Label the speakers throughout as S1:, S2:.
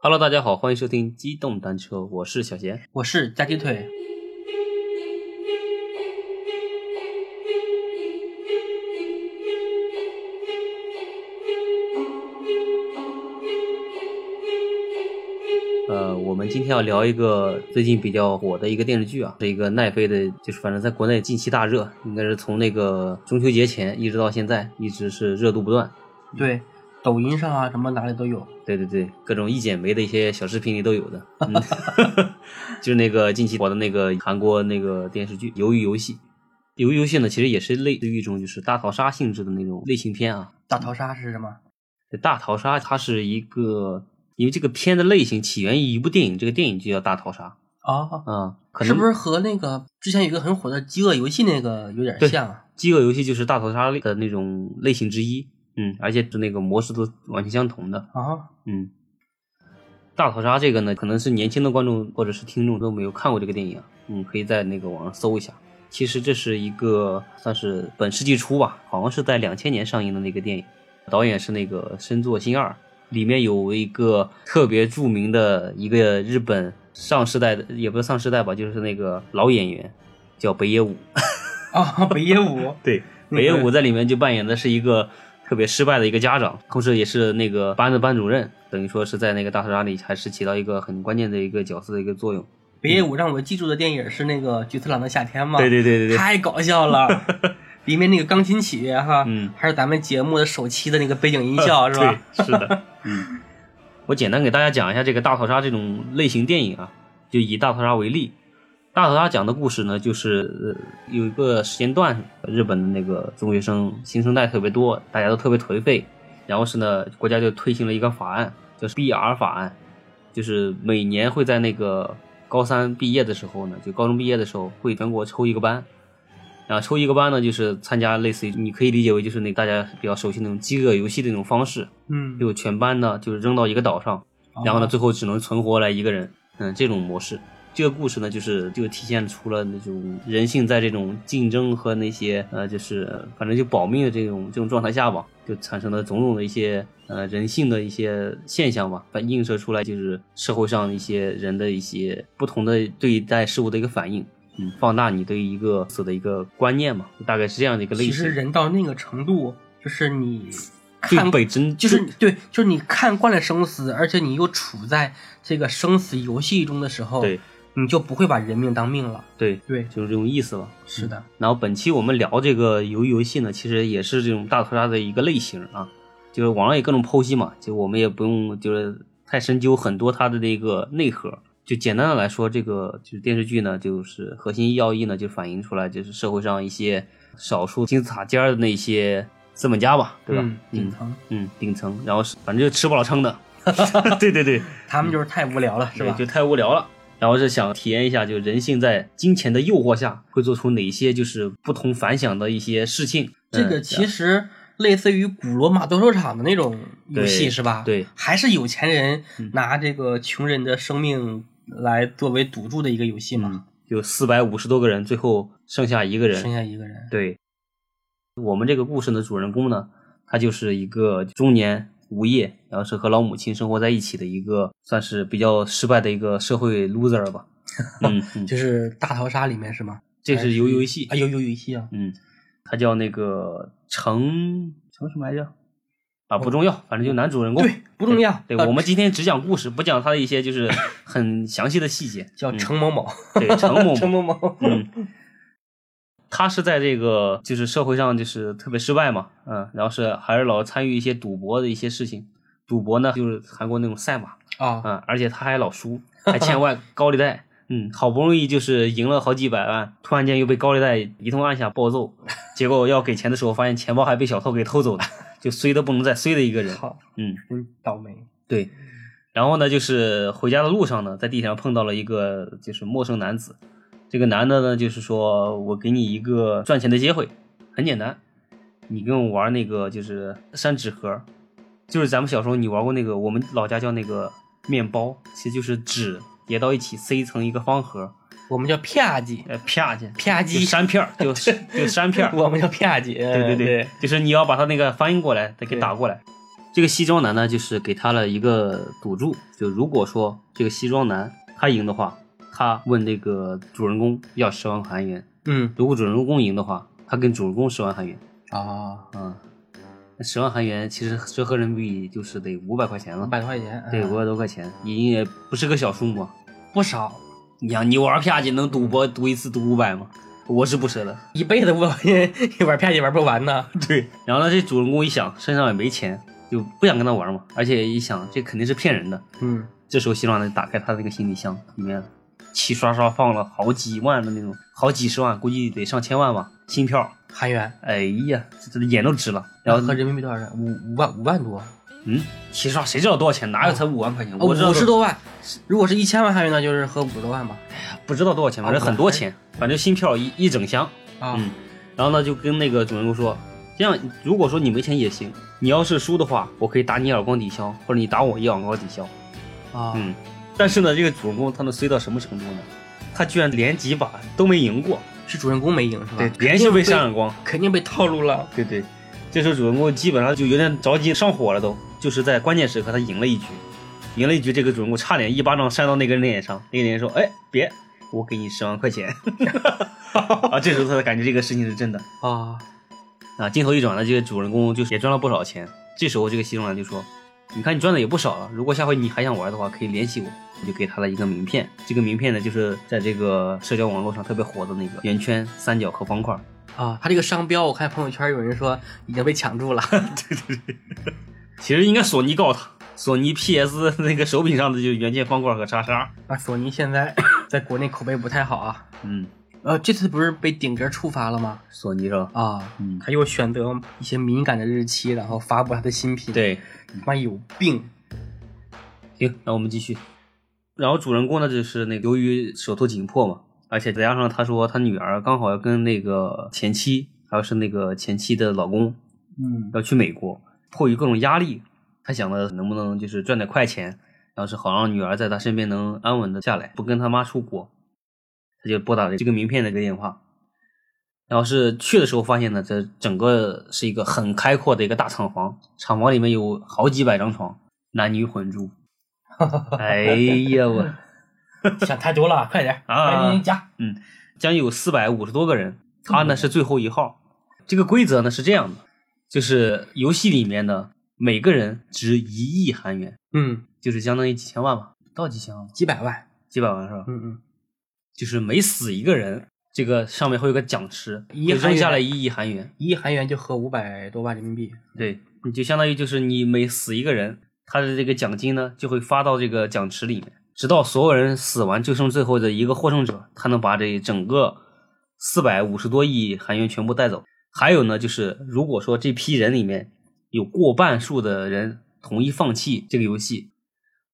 S1: Hello，大家好，欢迎收听机动单车，我是小贤。
S2: 我是夹鸡腿，
S1: 呃，我们今天要聊一个最近比较火的一个电视剧啊，是一个奈飞的，就是反正在国内近期大热，应该是从那个中秋节前一直到现在，一直是热度不断。
S2: 对，抖音上啊什么哪里都有，
S1: 对对对，各种一剪梅的一些小视频里都有的，嗯、就是那个近期火的那个韩国那个电视剧《鱿鱼游戏》。《鱿鱼游戏》呢，其实也是类似于一种就是大逃杀性质的那种类型片啊。
S2: 大逃杀是什么？
S1: 这大逃杀它是一个，因为这个片的类型起源于一部电影，这个电影就叫《大逃杀》
S2: 哦，
S1: 啊、可
S2: 是
S1: 能
S2: 不是和那个之前有一个很火的《饥饿游戏》那个有点
S1: 对
S2: 像啊？
S1: 饥饿游戏就是大逃杀类的那种类型之一，嗯，而且是那个模式都完全相同的，
S2: 啊，
S1: 嗯。大逃杀这个呢，可能是年轻的观众或者是听众都没有看过这个电影，嗯，可以在那个网上搜一下。其实这是一个算是本世纪初吧，好像是在两千年上映的那个电影，导演是那个深作欣二，里面有一个特别著名的一个日本上世代的，也不是上世代吧，就是那个老演员叫北野武，
S2: 啊，北野武
S1: 对，北野武在里面就扮演的是一个特别失败的一个家长，同时也是那个班的班主任，等于说是在那个大逃杀里还是起到一个很关键的一个角色的一个作用。
S2: 北野武让我记住的电影是那个《菊次郎的夏天》嘛？
S1: 对对对对对，
S2: 太搞 笑了，里面那个钢琴曲哈，
S1: 嗯啊
S2: 还是咱们节目的首期的那个背景音效是吧？
S1: 对，是 的，嗯。我简单给大家讲一下这个大逃杀这种类型电影啊，就以大逃杀为例。大逃杀讲的故事呢，就是呃有一个时间段，日本的那个中学生新生代特别多，大家都特别颓废。然后是呢，国家就推行了一个法案，就是 BR 法案，就是每年会在那个高三毕业的时候呢，就高中毕业的时候，会全国抽一个班，然后抽一个班呢，就是参加类似于你可以理解为就是那大家比较熟悉那种饥饿游戏的那种方式，
S2: 嗯，
S1: 就全班呢就是扔到一个岛上，然后呢
S2: 哦
S1: 最后只能存活来一个人，嗯，这种模式。这个故事呢，就是就体现出了那种人性在这种竞争和那些呃，就是呃反正就保命的这种这种状态下吧，就产生了种种的一些呃人性的一些现象吧，反映射出来就是社会上一些人的一些不同的对待事物的一个反应，嗯，放大你对一个死的一个观念嘛，大概是这样的一个类
S2: 其实
S1: 型。
S2: 人到那个程度，就是你
S1: 对
S2: 看
S1: 北真
S2: 就是你对，就是你看惯了生死，而且你又处在这个生死游戏中的时候，
S1: 对
S2: 你就不会把人命当命了。
S1: 对，
S2: 对，
S1: 就是这种意思吧。
S2: 是的，
S1: 然后本期我们聊这个鱿鱼游戏呢，其实也是这种大屠杀的一个类型啊，就是网上也各种剖析嘛，就我们也不用就是太深究很多它的这个内核。就简单的来说，这个就是电视剧呢，就是核心要义呢，就反映出来就是社会上一些少数金字塔尖儿的那些资本家吧，对吧？
S2: 嗯，顶层、
S1: 嗯，顶层，然后是反正就吃不老撑的。 对对对，
S2: 他们就是太无聊了，
S1: 嗯
S2: 是
S1: 对，
S2: 吧
S1: 就？太无聊了。然后是想体验一下，就人性在金钱的诱惑下会做出哪些就是不同凡响的一些事情。
S2: 这个
S1: 嗯
S2: 其实类似于古罗马斗兽场的那种游戏，
S1: 对
S2: 是吧？
S1: 对，嗯
S2: 还是有钱人拿这个穷人的生命来作为赌注的一个游戏嘛，
S1: 有四百五十多个人，最后剩下一个
S2: 剩
S1: 人。
S2: 下一个人，
S1: 嗯对，我们这个故事的主人公呢，他就是一个中年无业，然后是和老母亲生活在一起的一个，算是比较失败的一个社会 loser 吧。 嗯，嗯
S2: 就是大逃杀里面是吗？
S1: 这
S2: 还
S1: 是鱿鱼游戏
S2: 啊，。有有游戏啊，
S1: 嗯，他叫那个程程什么来着？啊，不重要，反正就男主人公。
S2: 对，不重要，
S1: 对，
S2: 呃
S1: 我们今天只讲故事，不讲他的一些就是很详细的细节。
S2: 叫
S1: 嗯
S2: 程某某，
S1: 对程某某
S2: 程某某，
S1: 嗯，他是在这个就是社会上就是特别失败嘛，嗯，然后是还是老参与一些赌博的一些事情，赌博呢就是韩国那种赛马，
S2: 啊，
S1: 嗯，而且他还老输，还欠外高利贷，嗯，好不容易就是赢了好几百万，突然间又被高利贷一通按下暴揍，结果要给钱的时候发现钱包还被小偷给偷走了，就衰的不能再衰的一个人，
S2: 好，
S1: 嗯。
S2: 真倒霉。
S1: 对，然后呢，就是回家的路上呢，在地铁上碰到了一个就是陌生男子。这个男的呢，就是说我给你一个赚钱的机会，很简单，你跟我玩那个就是扇纸盒，就是咱们小时候你玩过那个，我们老家叫那个面包，其实就是纸叠到一起塞成一个方盒，
S2: 我们叫啪叽，
S1: 呃，啪去，
S2: 啪
S1: 就
S2: 叽，
S1: 扇片儿，就就扇片儿，
S2: 我们叫啪叽，
S1: 嗯对
S2: 对
S1: 对对，就是你要把它那个翻译过来，再给
S2: 对
S1: 打过来。这个西装男呢，就是给他了一个赌注，就如果说这个西装男他赢的话，他问这个主人公要十万韩元；
S2: 嗯
S1: 如果主人公赢的话，他跟主人公十万韩元。
S2: 啊，
S1: 啊、那十万韩元其实折合人民币就是得五百块钱了
S2: 五，百块钱，
S1: 对，
S2: 嗯
S1: 五百多块钱，也不是个小数目啊。
S2: 不少，
S1: 你想，你玩啪叽能赌博赌一次赌五百吗？我是不舍得。
S2: 一辈子五百块钱玩啪叽玩不完呢。
S1: 对，然后呢，这主人公一想身上也没钱，就不想跟他玩嘛，而且一想这肯定是骗人的。
S2: 嗯
S1: 这时候西装男打开他那个行李箱，里面齐刷刷放了好几万的那种，好几十万，估计得上千万吧，新票。
S2: 韩元，
S1: 哎呀，这这钱都值了。然后
S2: 合人民币多少钱？五五万五万多，
S1: 嗯，啊齐刷谁知道多少钱？哪有才五万块钱？
S2: 哦
S1: 我知道
S2: 五十
S1: 都
S2: 多万。如果是一千万韩元，那就是合五十多万吧。
S1: 不知道多少啊哎钱，反正很多钱，反正新票一一整箱。
S2: 啊，
S1: 嗯，然后呢就跟那个主人公说，这样如果说你没钱也行，你要是输的话，我可以打你耳光抵消，或者你打我一耳光抵消。
S2: 啊，
S1: 嗯，但是呢，这个主人公他能衰到什么程度呢？他居然连几把都没赢过，啊
S2: 是主人公没赢是吧？
S1: 连续被扇耳光。
S2: 肯定被套路了。
S1: 对对，这时候主人公基本上就有点着急上火了都，就是在关键时刻他赢了一局，赢了一局，这个主人公差点一巴掌扇到那个人脸上，那个人说：“哎，别，我给你十万块钱。” 啊，这时候他才感觉这个事情是真的。
S2: 啊，
S1: 啊，镜头一转呢，这个主人公就是也赚了不少钱。这时候这个西装男就说：“你看你赚的也不少了，如果下回你还想玩的话，可以联系我。”我就给他了一个名片，这个名片呢，就是在这个社交网络上特别火的那个圆圈、三角和方块。
S2: 啊，他这个商标，我看朋友圈有人说已经被抢注了。
S1: 其实应该索尼告他，索尼 PS 那个手柄上的就是圆圈、方块和叉叉。
S2: 啊，索尼现在 在国内口碑不太好啊。
S1: 嗯，
S2: 呃，这次不是被顶格触发了吗？
S1: 索尼是吧？
S2: 啊，
S1: 嗯
S2: 他又选择一些敏感的日期，然后发布他的新品。，
S1: 对，
S2: 他妈有病！
S1: 行，那我们继续。然后主人公呢，就是那个由于手头紧迫嘛，而且再加上他说他女儿刚好要跟那个前妻，还有是那个前妻的老公
S2: 嗯
S1: 要去美国，迫于各种压力，他想的能不能就是赚点快钱，然后是好让女儿在他身边能安稳的下来，不跟他妈出国。他就拨打了这个名片的这个电话，然后是去的时候发现呢，这整个是一个很开阔的一个大厂房，厂房里面有好几百张床，男女混住。哎呀我，
S2: 想太多了，快点儿
S1: 啊
S2: 赶紧加。
S1: 将有四百五十多个人，他呢是最后一号。这个规则呢是这样的，就是游戏里面呢每个人值一亿韩元，
S2: 嗯，
S1: 就是相当于几千万吧，不到几啊千万吧，
S2: 几百万。
S1: 几百万是吧？
S2: 嗯嗯，
S1: 就是每死一个人，这个上面会有个奖池，
S2: 一亿
S1: 会
S2: 韩
S1: 扔
S2: 元
S1: 下来一亿韩元。
S2: 一亿韩元就合五百多万人民币。
S1: 对，你就相当于就是你每死一个人，他的这个奖金呢就会发到这个奖池里面，直到所有人死完，就剩最后的一个获胜者，他能把这整个四百五十多亿韩元全部带走。还有呢，就是如果说这批人里面有过半数的人同意放弃这个游戏，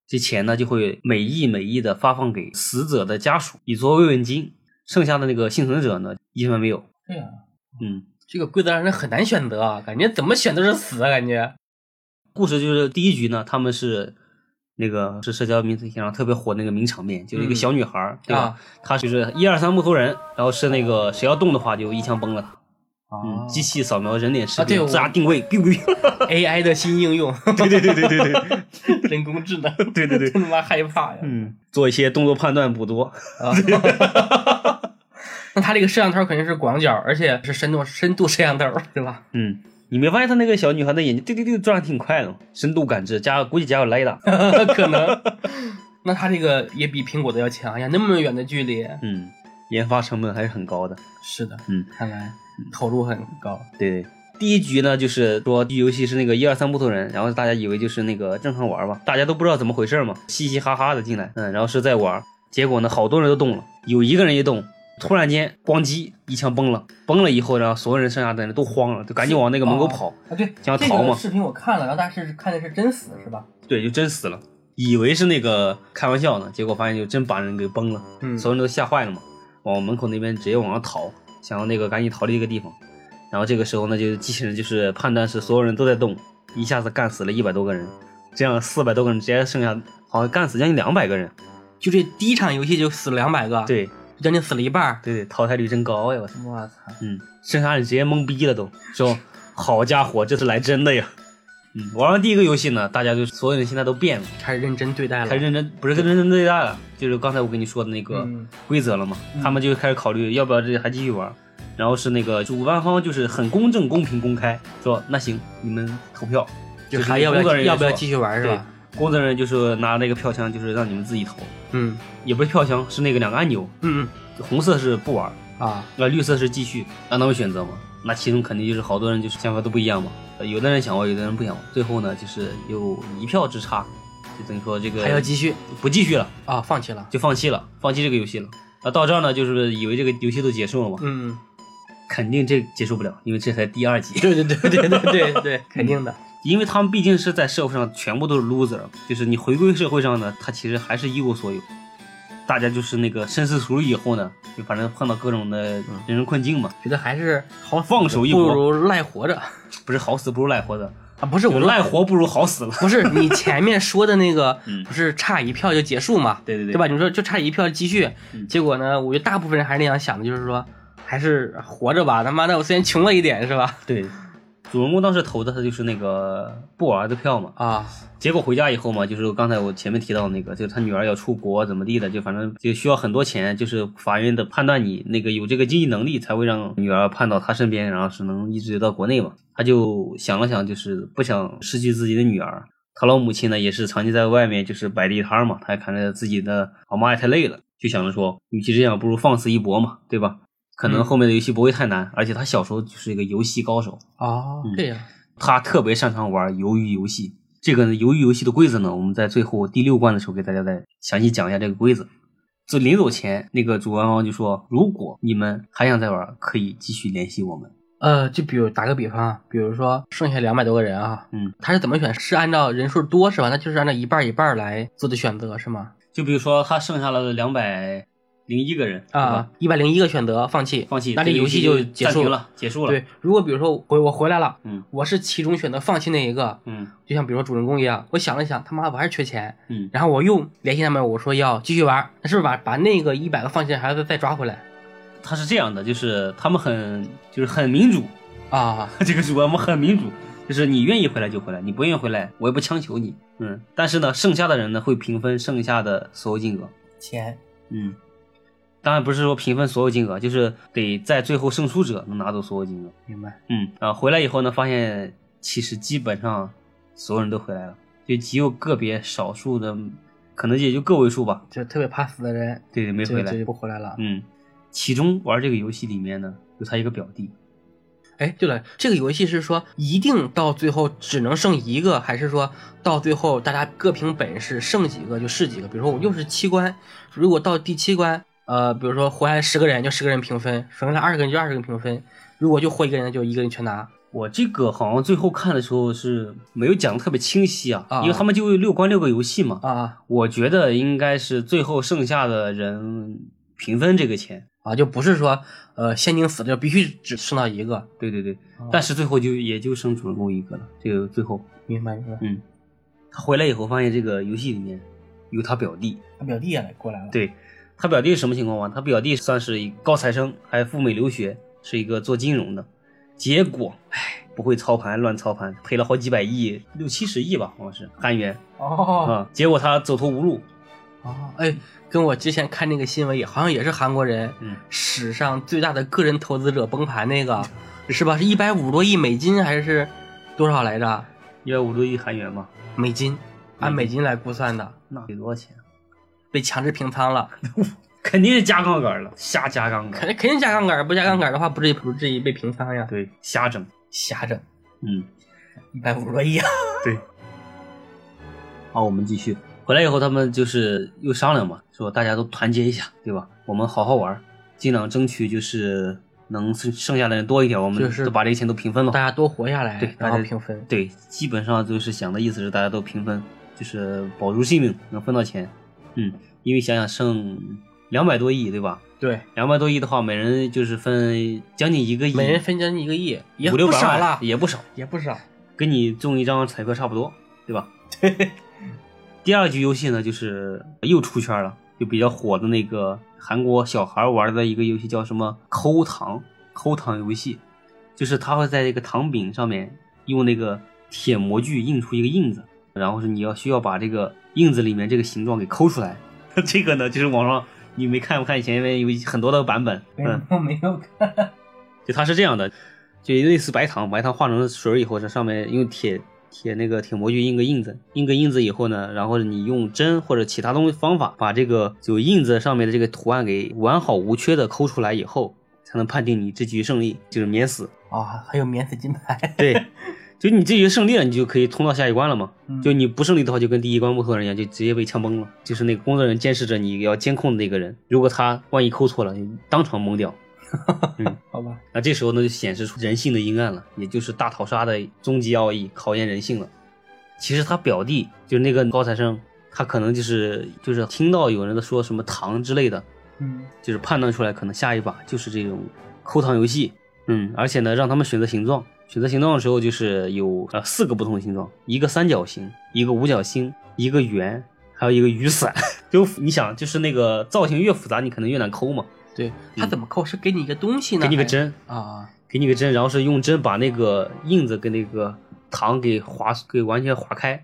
S1: 这钱呢就会每亿每亿的发放给死者的家属，以作为慰问金。剩下的那个幸存者呢，一分没有。
S2: 对呀、
S1: 嗯，
S2: 这个规则让人很难选择啊，感觉怎么选都是死啊，感觉。
S1: 故事就是第一局呢，他们是那个是社交媒体上特别火那个名场面，就是一个小女孩儿，对吧？
S2: 嗯啊
S1: 她就是一二三木头人，然后是那个谁要动的话就一枪崩了她。
S2: 啊
S1: 嗯，机器扫描人脸识
S2: 啊对
S1: 别、
S2: 我
S1: 自家定位，biu biu biu。
S2: AI 的新应用，
S1: 对对对对对对
S2: 人工智能，
S1: 对对对，
S2: 真他妈害怕呀！
S1: 嗯，做一些动作判断捕捉。
S2: 啊，
S1: 啊
S2: 那他这个摄像头肯定是广角，而且是深度深度摄像头，对吧？
S1: 嗯，你没发现她那个小女孩的眼睛，对对对，转的挺快的吗？深度感知加估计加有雷达。
S2: 可能。那他这个也比苹果的要强呀，那么远的距离。
S1: 嗯，研发成本还是很高的。
S2: 是的，
S1: 嗯，
S2: 看来投入很高。
S1: 对，第一局呢，就是说游戏是那个一二三木头人，然后大家以为就是那个正常玩吧，大家都不知道怎么回事嘛，嘻嘻哈哈的进来，嗯，然后是在玩，结果呢，好多人都动了，有一个人一动。突然间，咣叽一枪崩了，崩了以后，然后所有人剩下的人都慌了，就赶紧往那个门口跑。
S2: 啊，对，
S1: 想要逃吗
S2: 这个视频我看了，然后但是看的是真死是吧？
S1: 对，就真死了，以为是那个开玩笑呢，结果发现就真把人给崩了，
S2: 嗯
S1: 所有人都吓坏了嘛，往门口那边直接往上逃，想要那个赶紧逃离这个地方。然后这个时候呢，就是机器人就是判断是所有人都在动，一下子干死了一百多个人，这样四百多个人直接剩下好像干死将近两百个人。
S2: 就这第一场游戏就死了两百个，，
S1: 对
S2: 将近死了一半儿。
S1: 对对，淘汰率真高哎，我操！
S2: 我操！
S1: 嗯，剩下人直接懵逼了都，说好家伙，这是来真的呀！嗯玩完第一个游戏呢，大家就所有人现在都变了，
S2: 开始认真对待了
S1: 开始。认真不是跟认真对待了，就是刚才我跟你说的那个
S2: 嗯
S1: 规则了嘛，他们就开始考虑要不要这还继续玩。然后是那个主办方就是很公正、公平、公开，说那行你们投票，
S2: 就是还要不
S1: 工作
S2: 要
S1: 人员
S2: 要不要
S1: 说
S2: 继续玩是吧？
S1: 对，工作人员就是拿那个票枪，就是让你们自己投，
S2: 嗯
S1: 也不是票枪，是那个两个按钮，
S2: 嗯
S1: 红色是不玩，
S2: 嗯啊，
S1: 那绿色是继续，让他们选择嘛。那其中肯定就是好多人就是想法都不一样嘛，呃有的人想玩，有的人不想玩。最后呢，就是有一票之差，就等于说这个
S2: 还要继续
S1: 不继续了，
S2: 啊，放弃了。
S1: 就放弃了，放弃这个游戏了。那到这儿呢，就是以为这个游戏都结束了嘛，
S2: 嗯，
S1: 肯定这结束不了，因为这才第二集。
S2: 对对对 对对对对，肯定的。
S1: 因为他们毕竟是在社会上全部都是 loser，就是你回归社会上呢，他其实还是一无所有。大家就是那个深思熟虑以后呢，就反正碰到各种的人生困境嘛，
S2: 觉得还是嗯好死
S1: 放手一
S2: 不
S1: 搏
S2: 如赖活着啊！
S1: 不是好死不如赖活的，
S2: 不是
S1: 有
S2: 我
S1: 赖活不如好死了。
S2: 不是你前面说的那个
S1: 嗯，
S2: 不是差一票就结束嘛？
S1: 对对对
S2: 对吧？你说就差一票继续
S1: 嗯，
S2: 结果呢？我觉得大部分人还是那样想的，就是说还是活着吧。他妈的，我虽然穷了一点 是吧？
S1: 对，主人公当时投的他就是那个不玩的票嘛，
S2: 啊，
S1: 结果回家以后嘛，就是刚才我前面提到的那个，就是他女儿要出国怎么地的，就反正就需要很多钱，就是法院的判断你那个有这个经济能力，才会让女儿判到他身边，然后是能一直到国内嘛。他就想了想，就是不想失去自己的女儿。他老母亲呢，也是长期在外面就是摆地摊儿嘛，他也看着自己的老妈也太累了，就想着说，与其这样，不如放肆一搏嘛，对吧？可能
S2: 嗯
S1: 后面的游戏不会太难，而且他小时候就是一个游戏高手，
S2: 哦
S1: 嗯，
S2: 这样
S1: 他特别擅长玩鱿鱼游戏。这个呢鱿鱼游戏的规则呢，我们在最后第六关的时候给大家再详细讲一下这个规则。就临走前，那个主办方就说：“如果你们还想再玩，可以继续联系我们。
S2: 呃，就比如打个比方啊，比如说剩下两百多个人啊，
S1: 嗯，
S2: 他是怎么选？是按照人数多是吧？那就是按照一半儿一半儿来做的选择是吗？”
S1: 就比如说，他剩下了两百零一个人，对吧
S2: 啊，一百零一个选择放弃，
S1: 放弃，
S2: 那这
S1: 个
S2: 游
S1: 戏
S2: 戏就结
S1: 暂
S2: 束
S1: 停。了，结束了。
S2: 对，如果比如说回我回来了，
S1: 嗯
S2: 我是其中选择放弃那一个，
S1: 嗯
S2: 就像比如说主人公一样，我想了想，他妈我还是缺钱，
S1: 嗯，
S2: 然后我又联系他们，我说要继续玩，那是不是把把那个一百个放弃，还要再抓回来
S1: 他是这样的，就是他们很就是很民主，
S2: 啊？
S1: 这个主办方很民主，就是你愿意回来就回来，你不愿意回来，我也不强求你。嗯，但是呢，剩下的人呢会平分剩下的所有金额。
S2: 钱
S1: 嗯，当然不是说平分所有金额，就是得在最后胜出者能拿走所有金额。
S2: 明白？
S1: 嗯，啊，回来以后呢，发现其实基本上所有人都回来了，就只有个别少数的，可能也就个位数吧，
S2: 就特别怕死的人，
S1: 对，没
S2: 就
S1: 回来
S2: 就。就不回来了。
S1: 嗯，其中玩这个游戏里面呢，有他一个表弟，
S2: 哎，对了，这个游戏是说一定到最后只能剩一个，还是说到最后大家各凭本事，剩几个就是几个？比如说我又是七关，如果到第七关，呃，比如说活下来十个人就十个人平分，剩下二十个人就二十个人平分，如果就活一个人就一个人全拿。
S1: 我这个好像最后看的时候是没有讲的特别清晰啊，
S2: 啊
S1: 因为他们就有六关六个游戏嘛。
S2: 啊
S1: 我觉得应该是最后剩下的人平分这个钱。
S2: 啊，就不是说呃限定死的就必须只剩到一个。
S1: 对对对，
S2: 哦
S1: 但是最后就也就剩主人公一个了。这个最后
S2: 明白明白，
S1: 他回来以后，发现这个游戏里面有他表弟。
S2: 他表弟也来过来了。
S1: 对他表弟是什么情况吗？啊他表弟算是一高材生，还赴美留学，是一个做金融的。结果，唉，不会操盘，乱操盘，赔了好几百亿，六七十亿吧，好像是韩元啊、
S2: 哦
S1: 结果他走投无路，
S2: 哦，哎，跟我之前看那个新闻也好像也是韩国人，
S1: 嗯，
S2: 史上最大的个人投资者崩盘那个，是吧？是一百五十多亿美金还是多少来着？
S1: 一百五十多亿韩元嘛，
S2: 美金，按美金来估算的，
S1: 那得多少钱？
S2: 被强制平仓了，
S1: 肯定是加杠杆了，瞎加杠
S2: 肯
S1: 杆，
S2: 定肯定加杠杆，不加杠杆的话，不至于不至于被平仓呀。
S1: 对，瞎整，
S2: 瞎整，
S1: 嗯，
S2: 一百五十多亿啊！
S1: 对。好，我们继续。回来以后，他们就是又商量嘛，说大家都团结一下，对吧？我们好好玩儿，尽量争取就是能剩剩下的人多一点，我们
S2: 就是
S1: 都把这个钱都平分了。
S2: 大家多活下来，
S1: 对大
S2: 然后
S1: 家
S2: 平分。
S1: 对，基本上就是想的意思是大家都平分，就是保住性命，能分到钱。嗯，因为想想剩两百多亿，对吧？
S2: 对，
S1: 两百多亿的话，每人就是分将近一个亿，
S2: 每人分将近一个亿，也
S1: 五六
S2: 不
S1: 百
S2: 少
S1: 万
S2: 了，
S1: 也不少。
S2: 也不少。
S1: 跟你中一张彩票差不多， 对吧？对。第二局游戏呢，就是又出圈了，就比较火的那个韩国小孩玩的一个游戏叫什么抠糖抠糖游戏，就是他会在这个糖饼上面用那个铁模具印出一个印子，然后是你要需要把这个印子里面这个形状给抠出来。 这个呢，就是网上你没看不看前面有很多的版本，
S3: 没
S1: 嗯，
S3: 有没 有看，
S1: 就它是这样的，就类似白糖，白糖化成水以后，这上面用铁铁那个铁模具印个印子，印个印子以后呢，然后你用针或者其他东西方法把这个就印子上面的这个图案给完好无缺的抠出来以后，才能判定你这局胜利，就是免死。
S2: 啊，还有免死金牌，
S1: 对，就你这局胜利了，你就可以通到下一关了嘛。
S3: 嗯
S1: 就你不胜利的话，就跟第一关木头人一样，就直接被枪崩了。就是那个工作人员监视着你要监控的那个人，如果他万一抠错了，你当场懵掉。
S2: 好吧？
S1: 那这时候呢，就显示出人性的阴暗了，也就是大逃杀的终极奥义，考验人性了。其实他表弟就是那个高材生，他可能就是就是听到有人在说什么糖之类的，
S3: 嗯，
S1: 就是判断出来可能下一把就是这种抠糖游戏。嗯，而且呢，让他们选择形状，选择形状的时候就是有呃四个不同的形状，一个三角形，一个五角星，一个圆，还有一个雨伞。 就你想，就是那个造型越复杂，你可能越难抠嘛。
S2: 对他怎么扣？是给你一个东西呢？
S1: 嗯给你个
S2: 还
S1: 针，
S2: 啊，
S1: 给你个针，然后是用针把那个印子跟那个糖给划给完全划开，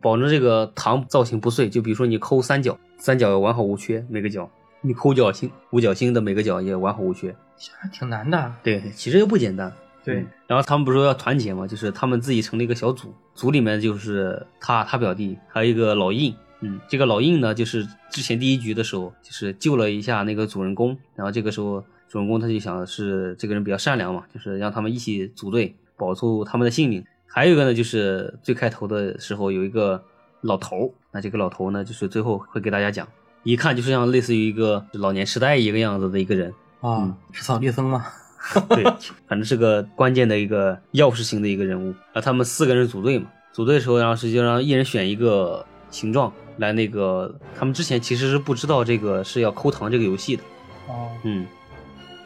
S1: 保证这个糖造型不碎。就比如说你抠三角，三角要完好无缺，每个角；你抠角星五角星的每个角也完好无缺。
S2: 还挺难的。啊
S1: 对，其实也不简单。
S3: 对
S1: 嗯，然后他们不是说要团结嘛，就是他们自己成立一个小组，组里面就是他、他表弟，还有一个老印。嗯，这个老印呢，就是之前第一局的时候，就是救了一下那个主人公，然后这个时候主人公他就想是这个人比较善良嘛，就是让他们一起组队保住他们的性命。还有一个呢，就是最开头的时候有一个老头儿，那这个老头儿呢，就是最后会给大家讲，一看就是像类似于一个老年痴呆一个样子的一个人，
S2: 啊，
S1: 嗯
S2: 是草绿僧吗？
S1: 对，反正是个关键的一个钥匙型的一个人物啊。他们四个人组队嘛，组队的时候，然后是就让一人选一个形状来那个。他们之前其实是不知道这个是要抠糖这个游戏的，
S3: 哦，
S1: 嗯。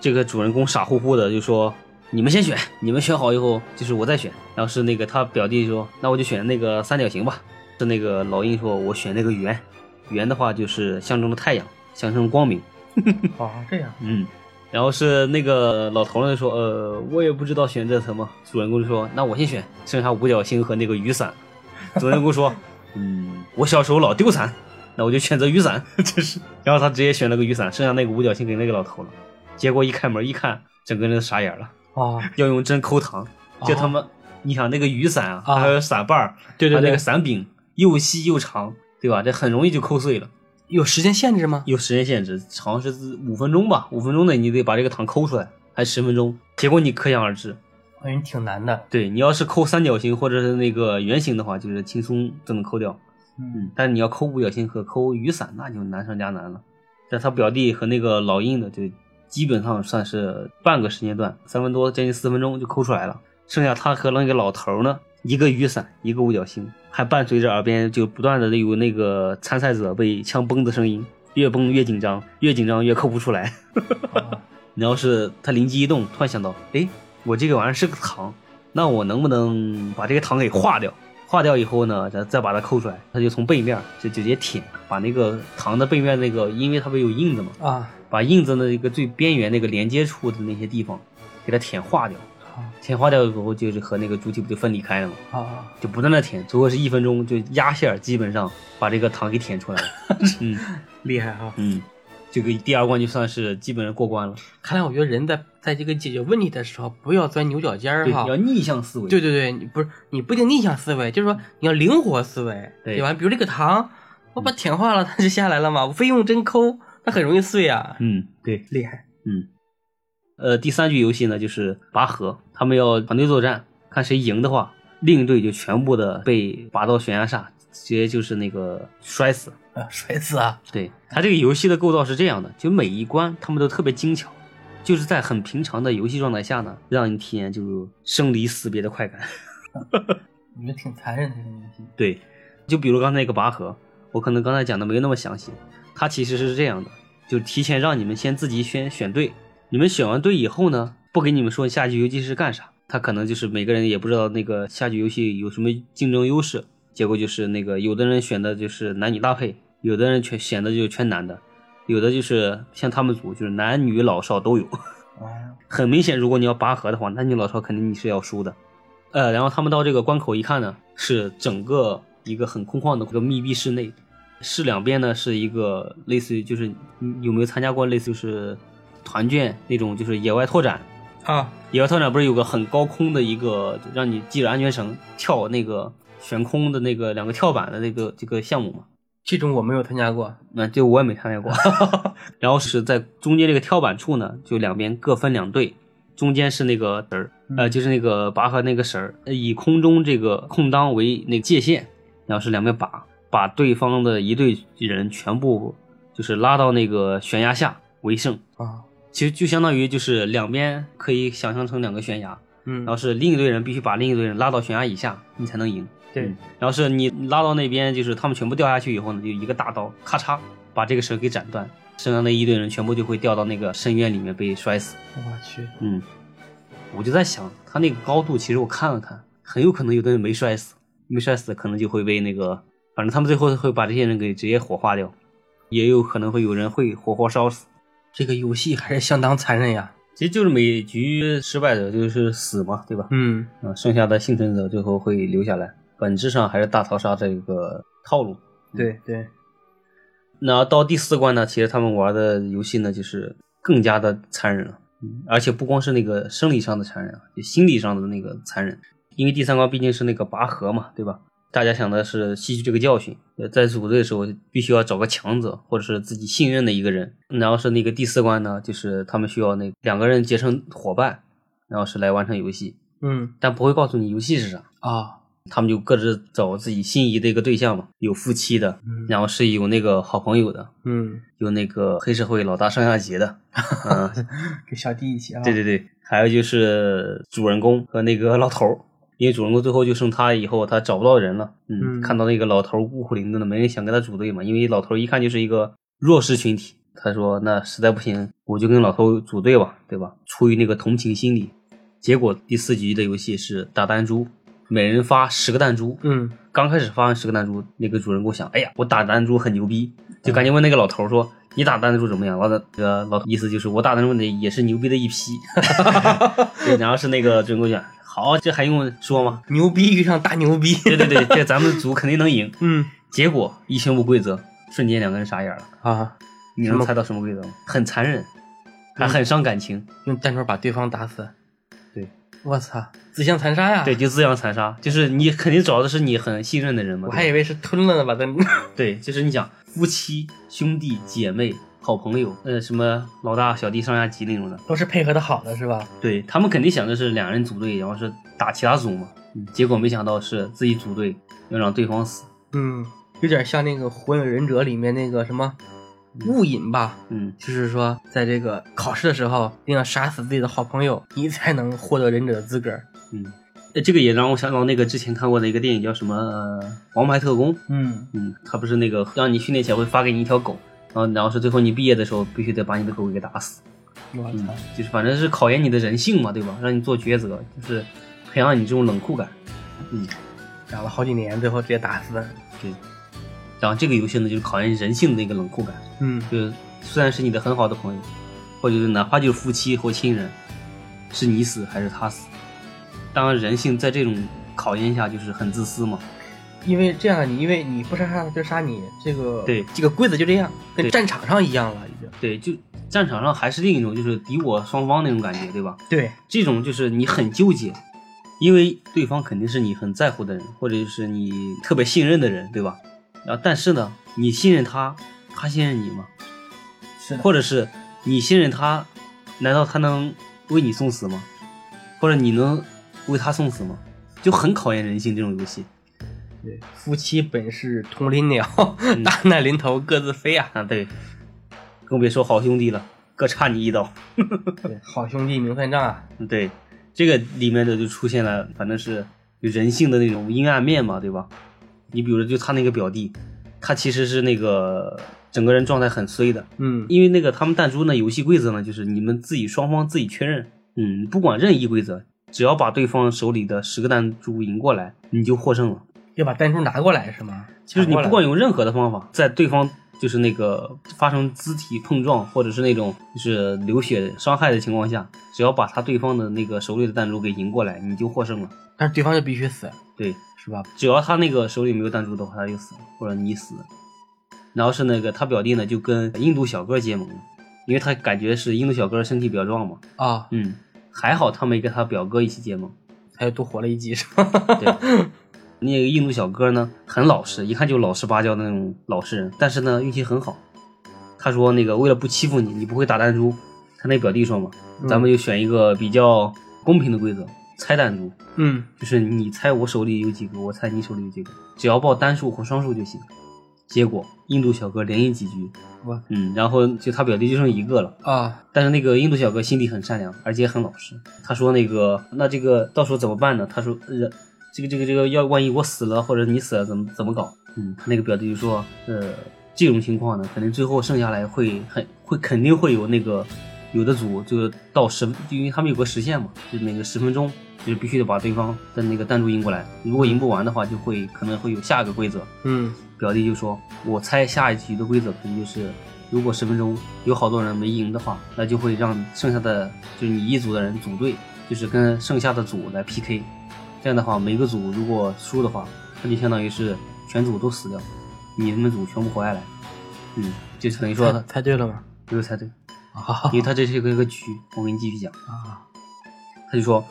S1: 这个主人公傻乎乎的就说：“你们先选，你们选好以后就是我再选。”然后是那个他表弟说：“那我就选那个三角形吧。”是那个老鹰说：“我选那个圆，圆的话就是象征着太阳，象征着光明。”
S2: 哦，这 样
S1: 嗯，然后是那个老头儿呢说，呃，我也不知道选这什么。主人公就说，那我先选，剩下五角星和那个雨 伞。主人公说，嗯，我小时候老丢伞，那我 就选择雨伞，这是。然后他直接选了个雨伞，剩下那个五角星给那个老头了。结果一开门一看，整个人都傻眼了，
S2: 哦，
S1: 要用针抠糖，就他妈，你想那个雨伞哦啊，
S2: 啊
S1: 还有伞把儿，
S2: 对对
S1: 还有
S2: 对，
S1: 那个伞柄又细又长，对吧？这很容易就抠碎了。
S2: 有时间限制吗？
S1: 有时间限制，好像是五分钟吧，五分钟内你得把这个糖抠出来，还十分钟。结果你可想而知，
S2: 哎，挺难的。
S1: 对你要是抠三角形或者是那个圆形的话，就是轻松就能抠掉。
S3: 嗯，
S1: 但是你要抠五角星和抠雨伞，那就难上加难了。但他表弟和那个老鹰的，就基本上算是半个时间段，三分多将近四分钟就抠出来了。剩下他和那个老头儿呢，一个雨伞，一个五角星，还伴随着耳边就不断的有那个参赛者被枪崩的声音，越崩越紧张，越紧张越抠不出来。
S2: 嗯
S3: 哦
S1: 然后是他灵机一动，突然想到，哎，我这个玩意儿是个糖，那我能不能把这个糖给化掉？化掉以后呢，再再把它抠出来，他就从背面就直接舔，把那个糖的背面那个，因为它不是有印子嘛，
S2: 啊，
S1: 把印子的一个最边缘那个连接处的那些地方给它舔化掉。
S2: 好，
S1: 舔化掉以后，就是和那个主体不就分离开了嘛，
S2: 好，
S1: 就不断的舔，最后是一分钟就压线儿，基本上把这个糖给舔出来了。嗯
S2: 厉害啊！
S1: 嗯，这个第二关就算是基本上过关了。
S2: 看来我觉得人在在这个解决问题的时候，不要钻牛角尖儿
S1: 对，
S2: 哈
S1: 你。要逆向思维。
S2: 对对对，你不是你不一定逆向思维，就是说你要灵活思维，
S1: 对嗯
S2: 对吧？比如这个糖，我把舔化了，它就下来了嘛，我非用针抠，它很容易碎啊。
S1: 嗯，对，
S2: 厉害
S1: 呃，第三局游戏呢就是拔河，他们要团队作战，看谁赢的话，另一队就全部的被拔到悬崖下，直接就是那个摔死。
S2: 啊，摔死啊！
S1: 对，它这个游戏的构造是这样的，就每一关他们都特别精巧，就是在很平常的游戏状态下呢，让你体验就是生离死别的快感。
S3: 我觉得挺残忍的这个游戏，
S1: 对，就比如刚才那个拔河，我可能刚才讲的没有那么详细，它其实是这样的，就提前让你们先自己选选队，你们选完队以后呢，不给你们说下一局游戏是干啥，他可能就是每个人也不知道那个下局游戏有什么竞争优势，结果就是那个有的人选的就是男女搭配，有的人全选的就是全男的，有的就是像他们组就是男女老少都有。
S3: 哦，
S1: 很明显，如果你要拔河的话，男女老少肯定你是要输的。呃，然后他们到这个关口一看呢，是整个一个很空旷的一个密闭室内，室两边呢是一个类似于就是你有没有参加过类似就是团建那种就是野外拓展，
S3: 啊，
S1: 野外拓展不是有个很高空的一个让你系着安全绳跳那个悬空的那个两个跳板的那个这个项目嘛？
S2: 这种我没有参加过，
S1: 那就我也没参加过。 然后是在中间这个跳板处呢，就两边各分两队，中间是那个绳儿，呃，就是那个拔河那个绳儿，呃以空中这个空当为那个界限，然后是两边拔，把对方的一队人全部就是拉到那个悬崖下为胜。
S2: 啊，
S1: 其实就相当于就是两边可以想象成两个悬崖，
S2: 嗯
S1: 然后是另一队人必须把另一队人拉到悬崖以下，你才能赢。
S2: 对
S1: 嗯然后是你拉到那边，就是他们全部掉下去以后呢，就一个大刀咔嚓把这个绳给斩断，剩下那一队人全部就会掉到那个深渊里面被摔死。
S2: 我去，
S1: 嗯，我就在想，他那个高度，其实我看了看，很有可能有的人没摔死，没摔死可能就会被那个，反正他们最后会把这些人给直接火化掉，也有可能会有人会活活烧死。
S2: 这个游戏还是相当残忍呀。
S1: 其实就是每局失败者就是死嘛，对吧？
S2: 嗯，
S1: 啊，剩下的幸存者最后会留下来，本质上还是大逃杀这个套路。
S2: 对对，
S1: 那到第四关呢，其实他们玩的游戏呢，就是更加的残忍了，嗯而且不光是那个生理上的残忍啊，就心理上的那个残忍，因为第三关毕竟是那个拔河嘛，对吧？大家想的是吸取这个教训，呃在组队的时候必须要找个强者或者是自己信任的一个人。然后是那个第四关呢，就是他们需要那两个人结成伙伴，然后是来完成游戏，
S2: 嗯
S1: 但不会告诉你游戏是啥。
S2: 啊，
S1: 他们就各自找自己心仪的一个对象嘛，有夫妻的，
S2: 嗯
S1: 然后是有那个好朋友的，
S2: 嗯，
S1: 有那个黑社会老大上下级的，嗯，
S3: 给小弟一起啊，
S1: 对对对，还有就是主人公和那个老头儿，因为主人公最后就剩他以后，他找不到人了，嗯，
S2: 嗯
S1: 看到那个老头儿孤苦伶仃的，没人想跟他组队嘛，因为老头儿一看就是一个弱势群体。他说：“那实在不行，我就跟老头儿组队吧，对吧？”出于那个同情心理，结果第四局的游戏是打弹珠，每人发十个弹珠，
S2: 嗯
S1: 刚开始发完十个弹珠，那个主人公想，哎呀，我打弹珠很牛逼，就赶紧问那个老头说，你打弹珠怎么样？老的这个老头意思就是我打弹珠的也是牛逼的一 批。对然后是那个主人公讲，好，这还用说吗？
S2: 牛逼遇上大牛逼，
S1: 对对对，这咱们组肯定能赢。
S2: 嗯
S1: 结果一宣布规则，瞬间两个人傻眼了。
S2: 啊，
S1: 你能猜到什么规则吗？很残忍，
S2: 嗯
S1: 还很伤感情。
S2: 用弹珠把对方打死。
S1: 对，
S2: 我操，自相残杀呀！
S1: 对，，就自相残杀，就是你肯定找的是你很信任的人嘛。
S2: 我
S1: 对吧
S2: 还以为是吞了呢，把他。
S1: 对，就是你想夫妻、兄弟、姐妹、好朋友，呃，什么老大、小弟、上下级那种的，
S2: 都是配合的好的是吧？
S1: 对他们肯定想的是两人组队，然后是打其他组嘛。嗯结果没想到是自己组队要让对方死。
S2: 嗯，有点像那个《火影忍者》里面那个什么雾隐吧，
S1: 嗯，
S2: 就是说在这个考试的时候一定要杀死自己的好朋友，你才能获得忍者的资格。
S1: 嗯，呃这个也让我想到那个之前看过的一个电影叫什么呃《王牌特工》。
S3: 嗯，
S1: 嗯，他不是那个让你训练前会发给你一条狗，然后然后是最后你毕业的时候必须得把你的狗给打死。
S3: 我
S1: 嗯
S3: 操，，
S1: 就是反正是考验你的人性嘛，对吧？让你做抉择，就是培养你这种冷酷感。嗯。
S2: 养了好几年，最后直接打死。
S1: 对，然后这个游戏呢，就是考验人性的一个冷酷感，
S2: 嗯
S1: 就是虽然是你的很好的朋友，或者是哪怕就是夫妻或亲人，是你死还是他死？当然，人性在这种考验下就是很自私嘛。
S2: 因为这样，你因为你不杀他，他就杀你，这个
S1: 对
S2: 这个规则就这样，跟
S1: 对
S2: 战场上一样了，已经。
S1: 对，就战场上还是另一种，就是敌我双方那种感觉，对吧？
S2: 对，
S1: 这种就是你很纠结，因为对方肯定是你很在乎的人，或者就是你特别信任的人，对吧？然后但是呢，你信任他，他信任你吗？
S3: 是的，
S1: 或者是你信任他，难道他能为你送死吗？或者你能为他送死吗？就很考验人性这种游戏
S2: 对，夫妻本是同林鸟，大难临头各自飞啊！
S1: 啊，对，更别说好兄弟了，各插你一刀。
S2: 对，好兄弟明算账啊！
S1: 对，这个里面的就出现了，反正是有人性的那种阴暗面嘛，对吧？你比如说，就他那个表弟，他其实是那个整个人状态很衰的，
S2: 嗯
S1: 因为那个他们弹珠呢，游戏规则呢，就是你们自己双方自己确认，嗯，不管任意规则，只要把对方手里的十个弹珠赢过来，你就获胜了。
S2: 要把弹珠拿过来是吗？
S1: 就是你
S2: 抢过来
S1: 不管用任何的方法，在对方就是那个发生肢体碰撞或者是那种就是流血伤害的情况下，只要把他对方的那个手里的弹珠给赢过来，你就获胜了。
S2: 但是对方就必须死，
S1: 对，
S2: 是吧？
S1: 只要他那个手里没有弹珠的话，他就死，或者你死。然后是那个他表弟呢，就跟印度小哥结盟了，因为他感觉是印度小哥身体比较壮嘛。
S2: 啊，
S1: 嗯，还好他没跟他表哥一起结盟。
S2: 他又多活了一集，是吧？
S1: 对，那个印度小哥呢，很老实，一看就老实巴交的那种老实人，但是呢，运气很好。他说那个为了不欺负你，你不会打弹珠，他那表弟说嘛，
S2: 嗯
S1: 咱们就选一个比较公平的规则，猜弹珠，
S2: 嗯，
S1: 就是你猜我手里有几个，我猜你手里有几个，只要报单数或双数就行。结果印度小哥连赢几局
S2: 哇，
S1: 嗯，然后就他表弟就剩一个了。
S2: 啊，
S1: 但是那个印度小哥心地很善良，而且很老实。他说那个，那这个到时候怎么办呢？他说，呃，这个这个这个要万一我死了或者你死了怎么怎么搞？嗯，他那个表弟就说，呃，这种情况呢，肯定最后剩下来会 很会肯定会有那个有的组就是到十，因为他们有个时限嘛，就是那个十分钟，就是必须得把对方的那个弹珠赢过来。如果赢不完的话，就会可能会有下一个规则。
S2: 嗯，
S1: 表弟就说：“我猜下一局的规则可能就是，如果十分钟有好多人没赢的话，那就会让剩下的就是你一组的人组队，就是跟剩下的组来 PK。这样的话，每个组如果输的话，那就相当于是全组都死掉，你们组全部活下来。嗯，就等于说
S2: 猜
S1: 他
S2: 猜对了吗？
S1: 没有猜对，
S2: 啊
S1: 因为他这是一个一个局。我给你继续讲，
S2: 啊，
S1: 他就说：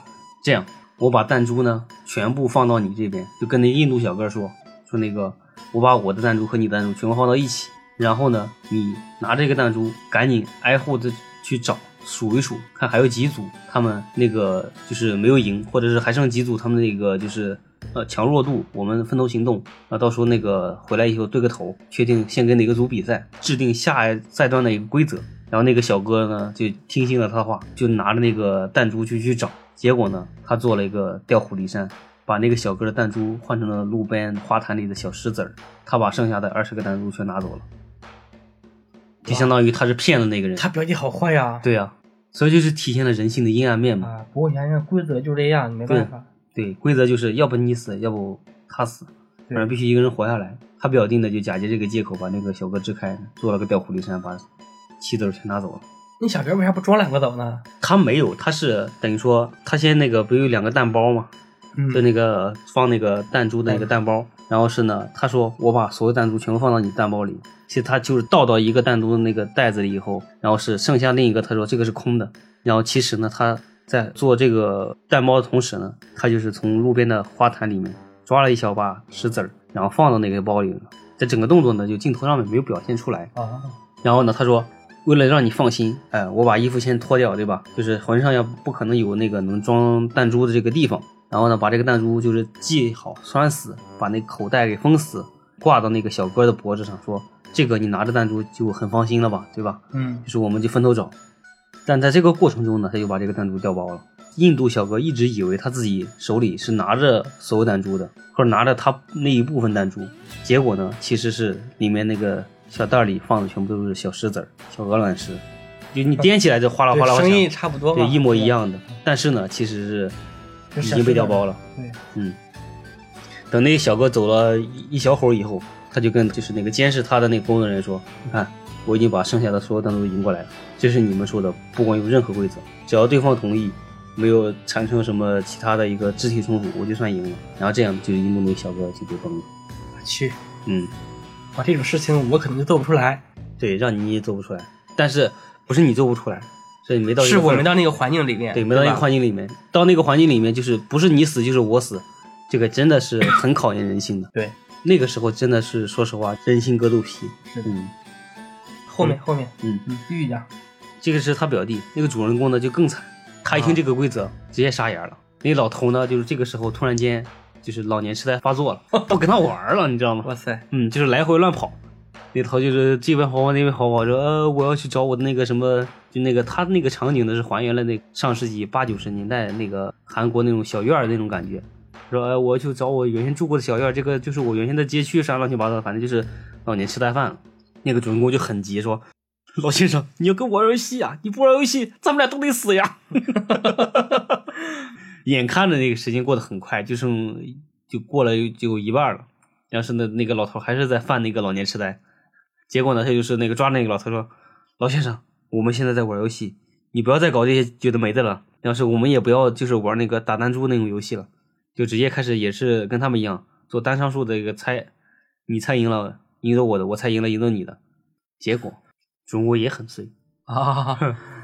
S1: 这样，我把弹珠呢全部放到你这边，就跟那印度小哥说，说那个我把我的弹珠和你的弹珠全部放到一起，然后呢，你拿这个弹珠赶紧挨户的去找数一数，看还有几组他们那个就是没有赢，或者是还剩几组他们那个就是。呃，强弱度，我们分头行动。啊，到时候那个回来以后对个头，确定先跟哪个组比赛，制定下赛段的一个规则。然后那个小哥呢，就听信了他的话，就拿着那个弹珠去去找。结果呢，他做了一个调虎离山，把那个小哥的弹珠换成了路边花坛里的小石子儿，他把剩下的二十个弹珠全拿走了，就相当于他是骗了那个人。
S3: 他表弟好坏呀！
S1: 对呀、啊所以就是体现了人性的阴暗面嘛。
S3: 啊，不过想想规则就这样，没办法。
S1: 对，规则就是要不你死，要不他死，
S3: 对
S1: 反正必须一个人活下来。他表弟呢，就假借这个借口把那个小哥支开，做了个调虎离山，把棋子儿全拿走了。
S3: 那小哥为啥不装两个走呢？
S1: 他没有，他是等于说他先那个不有两个蛋包吗？
S3: 嗯
S1: 就那个放那个弹珠的那个蛋包，然后是呢，他说我把所有弹珠全部放到你蛋包里，其实他就是倒到一个弹珠的那个袋子里以后，然后是剩下另一个，他说这个是空的，然后其实呢，他在做这个蛋包的同时呢，他就是从路边的花坛里面抓了一小把石子儿，然后放到那个包里了。这整个动作呢，就镜头上面没有表现出来，
S3: 啊，
S1: 然后呢，他说为了让你放心，哎，我把衣服先脱掉，对吧？就是浑身上要不可能有那个能装弹珠的这个地方。然后呢，把这个弹珠就是系好拴死，把那口袋给封死，挂到那个小哥的脖子上，说这个你拿着弹珠就很放心了吧，对吧？
S3: 嗯
S1: 就是我们就分头找。但在这个过程中呢，他就把这个弹珠调包了。印度小哥一直以为他自己手里是拿着所有弹珠的，或者拿着他那一部分弹珠，结果呢，其实是里面那个小袋里放的全部都是小石子儿、小鹅卵石，就你掂起来就哗啦哗啦
S2: 对
S1: 哗啦
S2: 声
S1: 响，
S2: 音差不多嘛，
S1: 对，一模一样的。但是呢，其实是
S3: 就
S1: 已
S3: 小
S1: 经被调
S3: 石子儿
S1: 包了。
S3: 对，
S1: 嗯，等那个小哥走了一一小会儿以后，他就跟就是那个监视他的那个工作人员说：“你看，我已经把剩下的所有弹珠赢过来了。这是你们说的，不管有任何规则，只要对方同意，没有产生什么其他的一个肢体冲突，我就算赢了。然后这样就印度那个小哥就被崩了。
S2: 我去，
S1: 嗯，
S2: 啊，这种事情我可能就做不出来，
S1: 对，让你也做不出来，但是不是你做不出来，是你没到这个
S2: 是我
S1: 份儿
S2: 们到那个环境里面，
S1: 对，没到那个
S2: 吧
S1: 环境里面，到那个环境里面就是不是你死就是我死，这个真的是很考验人性的。
S2: 对，
S1: 那个时候真的是说实话，真心割肚皮。
S3: 是的。
S1: 嗯
S3: 后面后面，
S1: 嗯，
S3: 嗯，继续讲。
S1: 这个是他表弟，那个主人公呢就更惨，他
S3: 啊
S1: 一听这个规则、直接傻眼了。那老头呢，就是这个时候突然间就是老年痴呆发作了， 不跟他玩儿了，你知道吗？
S2: 哇塞，
S1: 嗯，就是来回乱跑，那头就是这边跑跑那边跑跑，说呃我要去找我的那个什么，就那个他那个场景呢是还原了那个上世纪八九十年代那个韩国那种小院儿那种感觉，说哎我要去找我原先住过的小院儿，这个就是我原先的街区啥乱七八糟的，反正就是老年痴呆犯了。那个主人公就很急说。 老先生，你要跟我玩游戏啊！你不玩游戏，咱们俩都得死呀！ 眼看着那个时间过得很快，就剩就过了就有一半了。然后是那那个老头还是在犯那个老年痴呆，结果呢，他就是那个抓那个老头说：“老先生，我们现在在玩游戏，你不要再搞这些觉得没的了。要是我们也不要就是玩那个打弹珠那种游戏了，就直接开始也是跟他们一样做单商数的一个猜，你猜赢了赢走我的，我猜赢了赢走你的。”结果中国也很碎，
S2: 啊，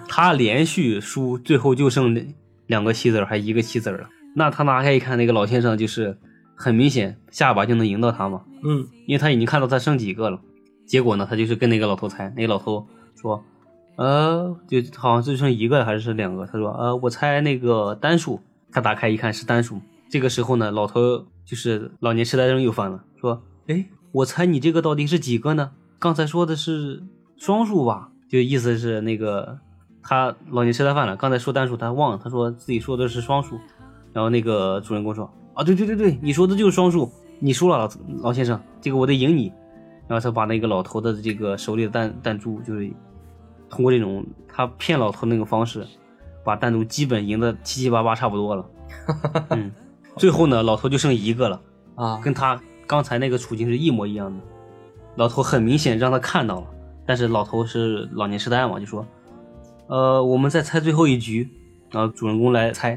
S1: 他连续输，最后就剩两两个棋子儿，还一个棋子儿了。那他拿下一看，那个老先生就是很明显下把就能赢到他嘛，
S3: 嗯，
S1: 因为他已经看到他剩几个了。结果呢，他就是跟那个老头猜，那个老头说，呃，就好像就剩一个还是两个，他说，呃，我猜那个单数。他打开一看是单数。这个时候呢，老头就是老年痴呆症又犯了，说，哎，我猜你这个到底是几个呢？刚才说的是双数吧？就意思是那个他老年痴呆犯了，刚才说单数他忘了，他说自己说的是双数。然后那个主人公说：“啊，对对对对，你说的就是双数，你输了，老老先生，这个我得赢你。”然后他把那个老头的这个手里的弹弹珠，就是通过这种他骗老头那个方式，把弹珠基本赢得七七八八差不多了。嗯，最后呢，老头就剩一个了，
S2: 啊，
S1: 跟他刚才那个处境是一模一样的。老头很明显让他看到了，但是老头是老年痴呆嘛，就说：“呃，我们再猜最后一局。”然后主人公来猜，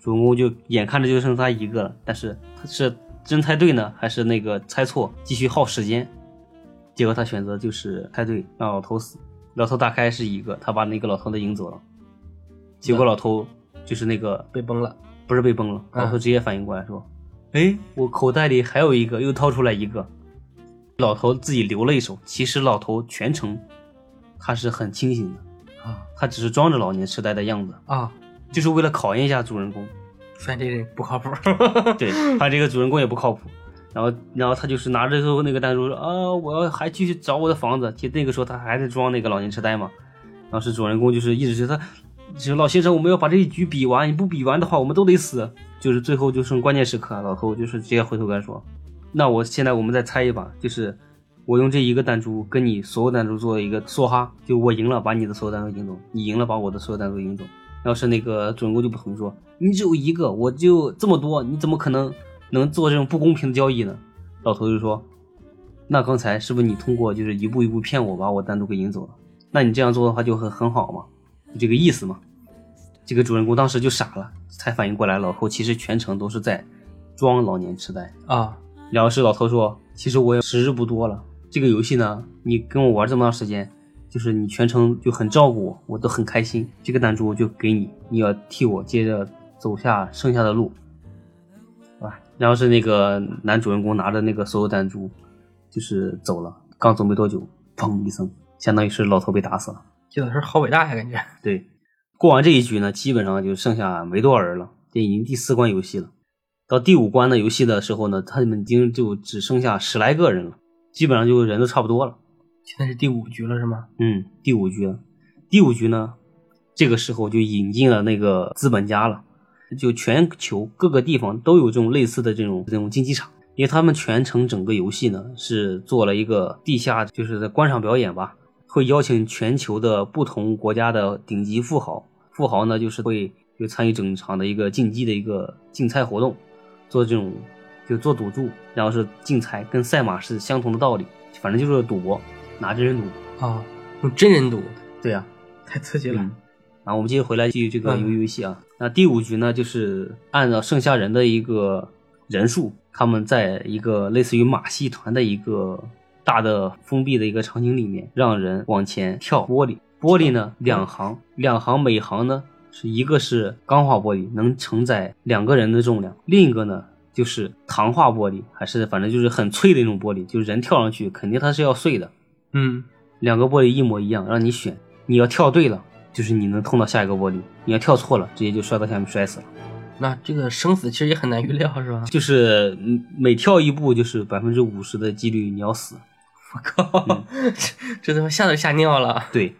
S1: 主人公就眼看着就剩他一个了，但是他是真猜对呢，还是那个猜错，继续耗时间？结果他选择就是猜对，让老头死。老头大概是一个，他把那个老头的赢走了。结果老头就是那个
S2: 被崩了，
S1: 不是被崩了，
S2: 嗯
S1: 老头直接反应过来说：“哎、我口袋里还有一个，又掏出来一个。”老头自己留了一手，其实老头全程他是很清醒的，
S2: 啊
S1: 他只是装着老年痴呆的样子，
S2: 啊，
S1: 就是为了考验一下主人公。
S2: 发现这人不靠谱，
S1: 对他这个主人公也不靠谱，然后然后他就是拿着最后那个弹珠说：“啊，我要还继续找我的房子。”其实那个时候他还在装那个老年痴呆嘛。当时主人公就是一直觉得他，就是老先生，我们要把这一局比完，你不比完的话，我们都得死。就是最后就剩关键时刻，啊老头就是直接回头跟他说：“那我现在我们再猜一把，就是我用这一个弹珠跟你所有弹珠做一个梭哈，就我赢了把你的所有弹珠赢走，你赢了把我的所有弹珠赢走。”要是那个主人公就不同意说：“你只有一个，我就这么多，你怎么可能能做这种不公平的交易呢？”老头就说：“那刚才是不是你通过就是一步一步骗我，把我单独给赢走了？那你这样做的话就很很好嘛，就这个意思嘛。”这个主人公当时就傻了，才反应过来，老头其实全程都是在装老年痴呆。
S2: 啊
S1: 然后是老头说：“其实我也时日不多了，这个游戏呢，你跟我玩这么长时间，就是你全程就很照顾我，我都很开心。这个弹珠就给你，你要替我接着走下剩下的路，啊。”然后是那个男主人公拿着那个所有弹珠，就是走了。刚走没多久，砰一声，相当于是老头被打死了。
S2: 这老师好伟大呀，感觉
S1: 对，过完这一局呢，基本上就剩下没多少人了，这已经第四关游戏了。到第五关的游戏的时候呢，他们已经就只剩下十来个人了，基本上就人都差不多了。
S2: 现在是第五局了是吗？
S1: 嗯，第五局了，第五局呢，这个时候就引进了那个资本家了，就全球各个地方都有这种类似的这种这种竞技场，因为他们全程整个游戏呢是做了一个地下就是在观赏表演吧，会邀请全球的不同国家的顶级富豪，富豪呢就是会就参与整场的一个竞技的一个竞猜活动，做这种就做赌注，然后是竞猜，跟赛马是相同的道理，反正就是赌博，拿真人赌。
S2: 啊，用真人赌
S1: 对啊呀、
S2: 太刺激
S1: 对
S2: 了
S1: 吧？啊，我们接着回来继续这个
S2: 嗯
S1: 鱿鱼游戏啊。那第五局呢，就是按照剩下人的一个人数，他们在一个类似于马戏团的一个大的封闭的一个场景里面，让人往前跳玻璃。玻璃呢，两行，两行，每行呢是一个是钢化玻璃，能承载两个人的重量，另一个呢就是糖化玻璃，还是反正就是很脆的那种玻璃，就是人跳上去肯定它是要碎的。
S2: 嗯
S1: 两个玻璃一模一样，让你选。你要跳对了，就是你能通到下一个玻璃；你要跳错了，直接就摔到下面摔死了。
S2: 那这个生死其实也很难预料，是吧？
S1: 就是嗯每跳一步就是百分之五十的几率你要死。
S2: 我靠， 这这他妈吓都吓尿了。
S1: 对，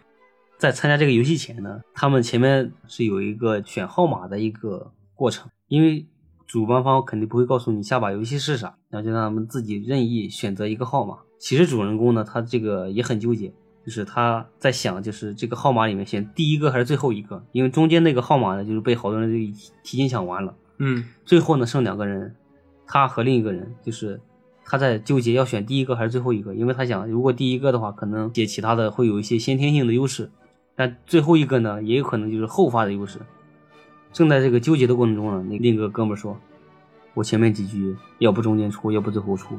S1: 在参加这个游戏前呢，他们前面是有一个选号码的一个过程，因为主办方肯定不会告诉你下把游戏是啥，然后就让他们自己任意选择一个号码。其实主人公呢，他这个也很纠结，就是他在想，就是这个号码里面选第一个还是最后一个，因为中间那个号码呢，就是被好多人就已提前抢完了。
S2: 嗯
S1: 最后呢，剩两个人，他和另一个人，就是他在纠结要选第一个还是最后一个，因为他想，如果第一个的话，可能解其他的会有一些先天性的优势，但最后一个呢，也有可能就是后发的优势。正在这个纠结的过程中呢，那另一个哥们儿说：“我前面几局要不中间出，要不最后出，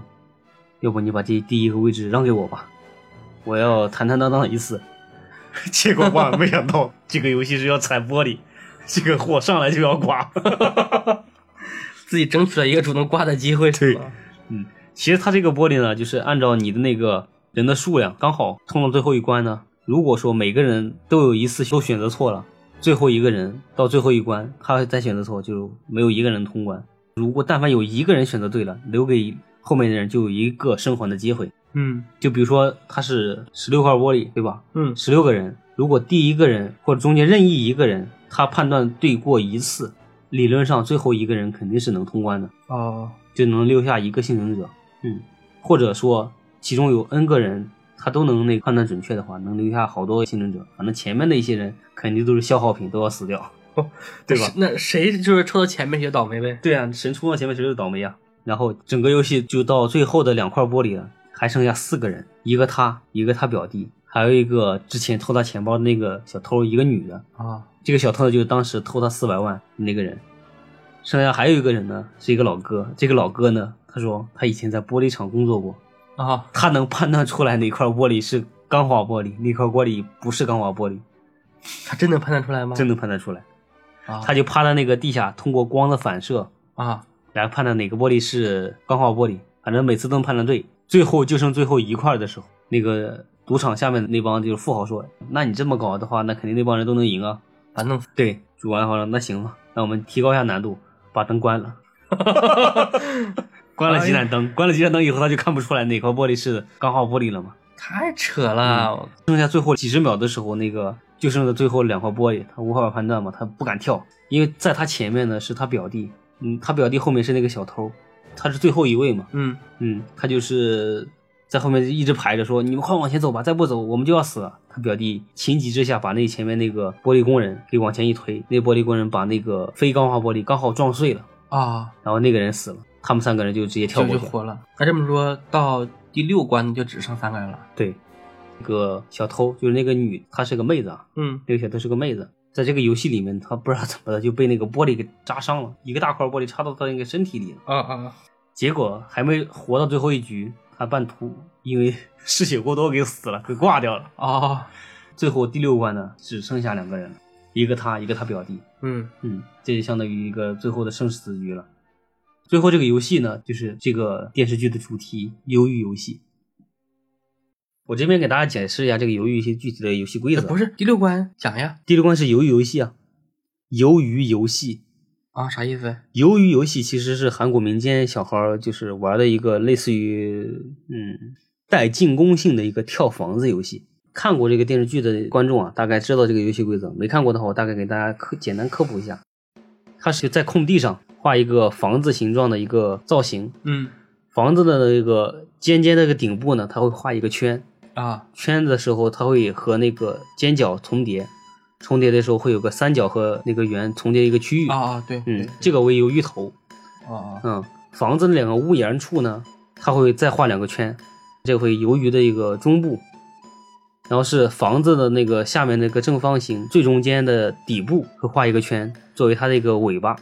S1: 要不你把这第一个位置让给我吧，我要坦坦荡荡一次。”结果万万没想到，这个游戏是要踩玻璃，这个货上来就要刮。
S2: 自己争取了一个主动刮的机会，是吧？
S1: 其实它这个玻璃呢，就是按照你的那个人的数量，刚好冲到最后一关呢。如果说每个人都有一次都选择错了，最后一个人到最后一关，他再选择错，就没有一个人通关。如果但凡有一个人选择对了，留给后面的人就有一个生还的机会。
S3: 嗯
S1: 就比如说它是十六块玻璃，对吧？
S3: 嗯
S1: 十六个人，如果第一个人或者中间任意一个人他判断对过一次，理论上最后一个人肯定是能通关的。
S3: 哦，
S1: 就能留下一个幸存者，嗯，或者说其中有 n 个人他都能那个判断准确的话，能留下好多幸存者。反正前面的一些人肯定都是消耗品，都要死掉，对吧？
S2: 那谁就是抽到前面就倒霉呗。
S1: 对啊，神冲到前面谁就倒霉啊。然后整个游戏就到最后的两块玻璃了，还剩下四个人，一个他，一个他表弟，还有一个之前偷他钱包的那个小偷，一个女的。
S2: 啊，
S1: 这个小偷就是当时偷他四百万的那个人。剩下还有一个人呢，是一个老哥。这个老哥呢，他说他以前在玻璃厂工作过，
S2: 啊，
S1: 他能判断出来哪块玻璃是钢化玻璃，哪块玻璃不是钢化玻璃，
S2: 他真能判断出来吗？
S1: 真能判断出来。
S2: 啊，
S1: 他就趴在那个地下，通过光的反射
S2: 啊，
S1: 来判断哪个玻璃是钢化玻璃，反正每次都能判断对。最后就剩最后一块的时候，那个赌场下面的那帮就是富豪说：“那你这么搞的话，那肯定那帮人都能赢啊。
S2: 把弄死”
S1: 对，主玩好了，那行吧，那我们提高一下难度，把灯关了。关了几盏灯，关了几盏灯以后，他就看不出来哪块玻璃是钢化玻璃了嘛。
S2: 太扯了！
S1: 剩下最后几十秒的时候，那个就剩下最后两块玻璃，他无法判断嘛，他不敢跳，因为在他前面呢是他表弟，嗯，他表弟后面是那个小偷，他是最后一位嘛，
S2: 嗯，
S1: 嗯，他就是在后面一直排着说你们快往前走吧，再不走我们就要死了。他表弟情急之下把那前面那个玻璃工人给往前一推，那玻璃工人把那个非钢化玻璃刚好撞碎了，
S2: 啊，
S1: 然后那个人死了，他们三个人就直接跳
S2: 就
S1: 过
S2: 就
S1: 去了。
S2: 活了。那这么说到第六关就只剩三个人了。
S1: 对，那个小偷就是那个女，她是个妹子啊，
S2: 嗯，
S1: 那个小偷是个妹子，在这个游戏里面，她不知道怎么的就被那个玻璃给扎伤了，一个大块玻璃插到她那个身体里了。
S2: 啊啊，
S1: 结果还没活到最后一局，她半途因为 失血过多给死了，给挂掉了。
S2: 哦，
S1: 最后第六关呢，只剩下两个人了，一个他，一个他表弟。
S2: 嗯，
S1: 嗯，这就相当于一个最后的生死局了。最后这个游戏呢，就是这个电视剧的主题——鱿鱼游戏。我这边给大家解释一下这个鱿鱼游戏具体的游戏规
S2: 哎
S1: 则。
S2: 不是第六关讲呀？
S1: 第六关是鱿鱼游戏啊，鱿鱼游戏。
S2: 啊，啥意思？
S1: 鱿鱼游戏其实是韩国民间小孩儿就是玩的一个类似于嗯带进攻性的一个跳房子游戏。看过这个电视剧的观众啊，大概知道这个游戏规则；没看过的话，我大概给大家科简单科普一下。它是在空地上画一个房子形状的一个造型，
S2: 嗯，
S1: 房子的那个尖尖的那个顶部呢，它会画一个圈，
S2: 啊
S1: 圈子的时候，它会和那个尖角重叠，重叠的时候会有个三角和那个圆重叠一个区域。
S2: 啊啊，对，
S1: 嗯
S2: 对，
S1: 这个为鱿鱼头。
S2: 哦哦，
S1: 嗯，房子的两个屋檐处呢，它会再画两个圈，这回鱿鱼的一个中部，然后是房子的那个下面那个正方形最中间的底部会画一个圈，作为它的一个尾巴。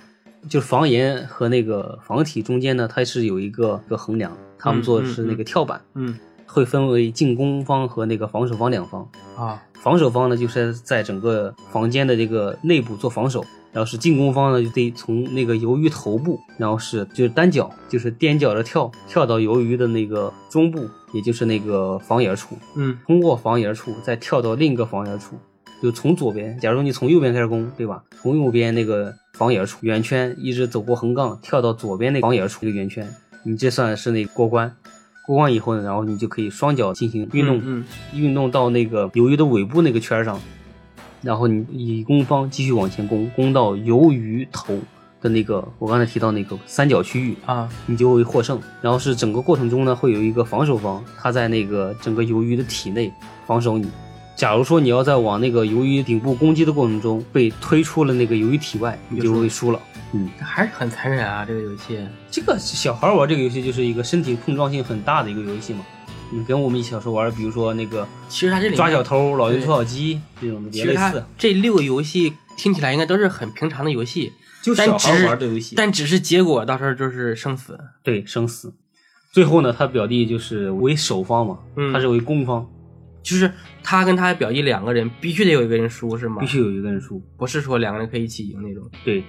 S1: 就是房檐和那个房体中间呢，它是有一个一个横梁，他们
S2: 嗯
S1: 做的
S2: 嗯
S1: 是那个
S2: 嗯
S1: 跳板，
S2: 嗯
S1: 会分为进攻方和那个防守方两方。
S2: 啊
S1: 防守方呢，就是在整个房间的这个内部做防守，然后是进攻方呢，就得从那个鱿鱼头部，然后是就是单脚，就是踮脚着跳，跳到鱿鱼的那个中部，也就是那个房檐处，
S2: 嗯
S1: 通过房檐处再跳到另一个房檐处，就从左边，假如你从右边开始攻，对吧？从右边那个房檐处圆圈，一直走过横杠，跳到左边那个房檐处一个圆圈，你这算是那个过关。过关以后呢，然后你就可以双脚进行运动，
S2: 嗯嗯
S1: 运动到那个鱿鱼的尾部那个圈儿上，然后你以攻方继续往前攻，攻到鱿鱼头的那个我刚才提到那个三角区域，
S2: 啊
S1: 你就会获胜。然后是整个过程中呢，会有一个防守方，他在那个整个鱿鱼的体内防守你。假如说你要在往那个鱿鱼顶部攻击的过程中被推出了那个鱿鱼体外，你就会输了。
S2: 这还是很残忍啊！这个游戏，
S1: 这个小孩玩这个游戏就是一个身体碰撞性很大的一个游戏嘛。你跟我们小时候玩，比如说那个
S2: 其实它这里面
S1: 抓小偷、老鹰捉小鸡这种
S2: 其
S1: 也
S2: 实
S1: 类
S2: 它
S1: 似，
S2: 这六个游戏听起来应该都是很平常的游戏，
S1: 就
S2: 但
S1: 小
S2: 只
S1: 孩
S2: 是
S1: 玩的游戏。
S2: 但只是结果到时候就是生死。
S1: 对生死。最后呢，他表弟就是为守方嘛，
S2: 嗯
S1: 他是为攻方，
S2: 就是他跟他表弟两个人必须得有一个人输是吗
S1: 必？须有一个人输。
S2: 不是说两个人可以一起赢那种。
S1: 对，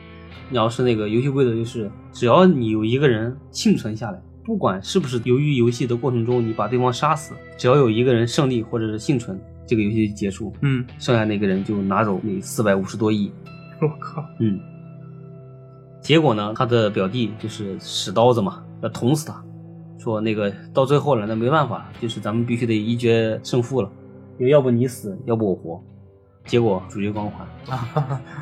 S1: 你要是那个游戏规则就是，只要你有一个人幸存下来，不管是不是由于游戏的过程中你把对方杀死，只要有一个人胜利或者是幸存，这个游戏就结束，
S2: 嗯，
S1: 剩下那个人就拿走那四百五十多亿。
S3: 我靠，
S1: 嗯，结果呢，他的表弟就是使刀子嘛，要捅死他，说那个到最后了，那没办法，就是咱们必须得一决胜负了，因为要不你死，要不我活。结果主角光 环，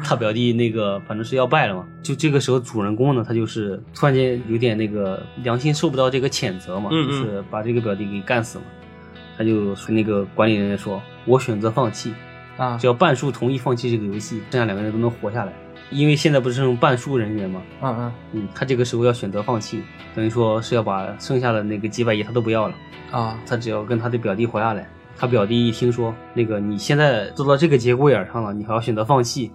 S1: 他表弟那个反正是要败了嘛。就这个时候，主人公呢，他就是突然间有点那个良心受不到这个谴责嘛，
S2: 嗯嗯
S1: 就是把这个表弟给干死嘛。他就跟那个管理人员说：“我选择放弃，
S2: 啊，
S1: 只要半数同意放弃这个游戏，剩下两个人都能活下来。因为现在不是剩半数人员嘛，
S2: 嗯嗯
S1: 嗯，他这个时候要选择放弃，等于说是要把剩下的那个几百亿他都不要了，
S2: 啊，
S1: 他只要跟他的表弟活下来。他表弟一听说那个你现在做到这个节骨眼上了，你还要选择放弃，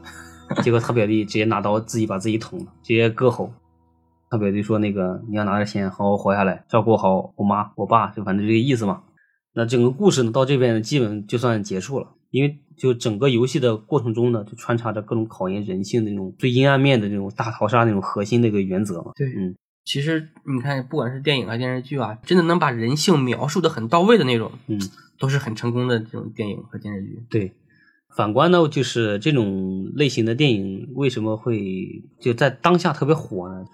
S1: 结果他表弟直接拿刀自己把自己捅了，直接割喉。他表弟说那个你要拿着钱好好活下来，照顾好我妈我爸，就反正这个意思嘛。那整个故事呢，到这边呢，基本就算结束了，因为就整个游戏的过程中呢，就穿插着各种考验人性的那种最阴暗面的那种大逃杀那种核心的一个原则嘛。
S3: 对
S1: 嗯，
S2: 其实你看，不管是电影啊、电视剧啊，真的能把人性描述的很到位的那种，
S1: 嗯，
S2: 都是很成功的这种电影和电视剧。
S1: 对。反观呢，就是这种类型的电影为什么会就在当下特别火呢？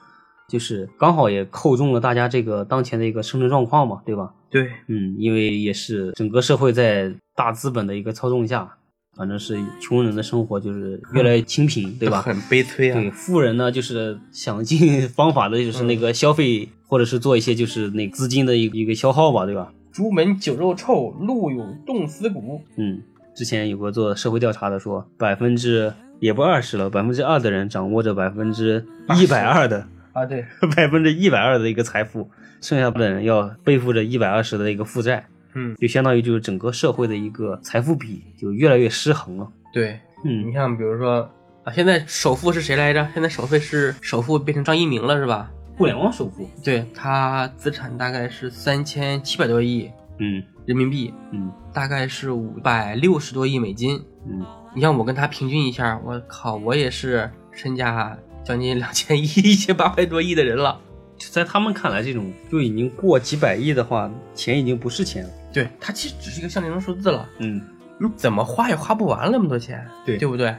S1: 就是刚好也扣中了大家这个当前的一个生存状况嘛，对吧？
S2: 对，
S1: 嗯，因为也是整个社会在大资本的一个操纵下，反正是穷人的生活就是越来越清贫，对吧？
S2: 很悲催
S1: 对，
S2: 啊。
S1: 富人呢，就是想尽方法的，就是那个消费，或者是做一些就是那个资金的一个一个消耗吧，对吧？
S3: 朱门酒肉臭，路有冻死骨。
S1: 嗯，之前有个做社会调查的说，百分之也不二十了，百分之二的人掌握着百分之一百二的
S3: 啊，对，
S1: 百分之一百二的一个财富，剩下的人要背负着一百二十的一个负债，
S2: 嗯，
S1: 就相当于就是整个社会的一个财富比就越来越失衡了。
S2: 对，你
S1: 嗯，
S2: 像比如说啊，现在首富是谁来着？现在首富是首富变成张一鸣了，是吧？
S1: 互联网首富，
S2: 对他资产大概是三千七百多亿
S1: 嗯
S2: 人民币，
S1: 嗯
S2: 大概是五百六十多亿美金。
S1: 嗯，
S2: 你像我跟他平均一下，我靠，我也是身价将近两千亿、一千八百多亿的人了。
S1: 就在他们看来，这种就已经过几百亿的话，钱已经不是钱了。
S2: 对他其实只是一个象征数字了，
S1: 嗯，
S2: 你怎么花也花不完那么多钱，
S1: 对
S2: 对不对？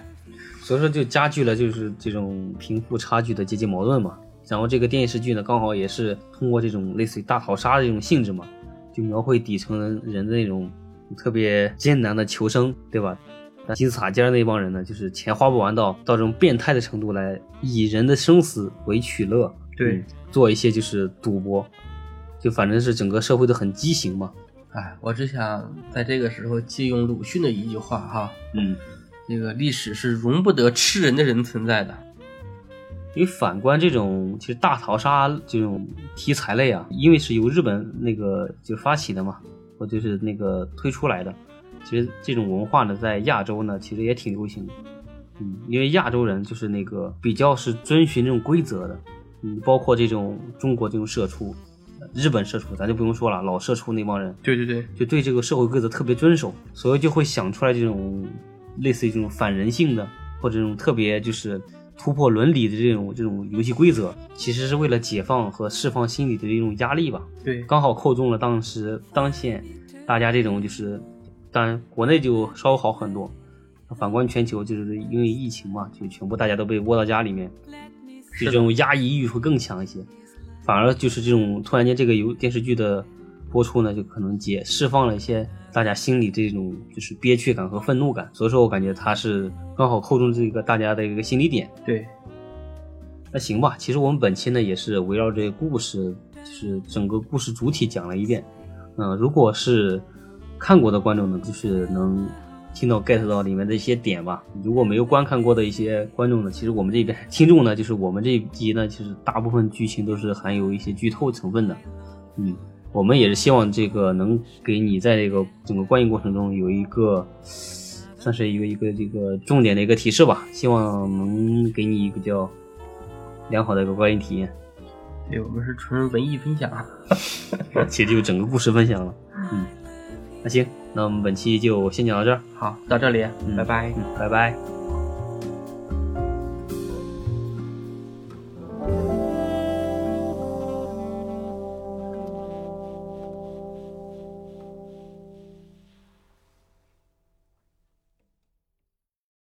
S1: 所以说就加剧了就是这种贫富差距的阶级矛盾嘛。然后这个电视剧呢，刚好也是通过这种类似于大逃杀的这种性质嘛，就描绘底层人的那种特别艰难的求生，对吧？但金字塔尖儿那帮人呢，就是钱花不完到到这种变态的程度来，以人的生死为取乐，
S2: 对
S1: 嗯做一些就是赌博，就反正是整个社会都很畸形嘛。
S2: 哎，我只想在这个时候借用鲁迅的一句话哈，
S1: 嗯，
S2: 这个历史是容不得吃人的人存在的。
S1: 因为反观这种其实大逃杀这种题材类啊，因为是由日本那个就发起的嘛，或就是那个推出来的，其实这种文化呢，在亚洲呢，其实也挺流行的。嗯，因为亚洲人就是那个比较是遵循这种规则的，嗯，包括这种中国这种社畜，呃日本社畜咱就不用说了，老社畜那帮人，
S2: 对对对，
S1: 就对这个社会规则特别遵守，所以就会想出来这种类似于这种反人性的，或者这种特别就是突破伦理的这种这种游戏规则，其实是为了解放和释放心理的一种压力吧。
S3: 对，
S1: 刚好扣中了当时当现大家这种就是，当然国内就稍微好很多，反观全球就是因为疫情嘛，就全部大家都被窝到家里面，就这种压抑欲会更强一些。反而就是这种突然间这个游电视剧的播出呢，就可能解释放了一些大家心里这种就是憋屈感和愤怒感，所以说我感觉它是刚好扣中这个大家的一个心理点。
S2: 对，
S1: 那行吧，其实我们本期呢也是围绕这个故事，就是整个故呃事主体讲了一遍。嗯、如果是看过的观众呢，就是能听到 get 到里面的一些点吧。如果没有观看过的一些观众呢，其实我们这边听众呢，就是我们这一集呢，其实大部分剧情都是含有一些剧透成分的。嗯，我们也是希望这个能给你在这个整个观影过程中有一个算是一个一个这个重点的一个提示吧，希望能给你一个比较良好的一个观影体验。
S2: 对我们是纯文艺分享，啊
S1: 其实就整个故事分享了。嗯，那行，那我们本期就先讲到这儿，
S2: 好，到这里，
S1: 嗯
S2: 拜拜。
S1: 嗯，拜拜。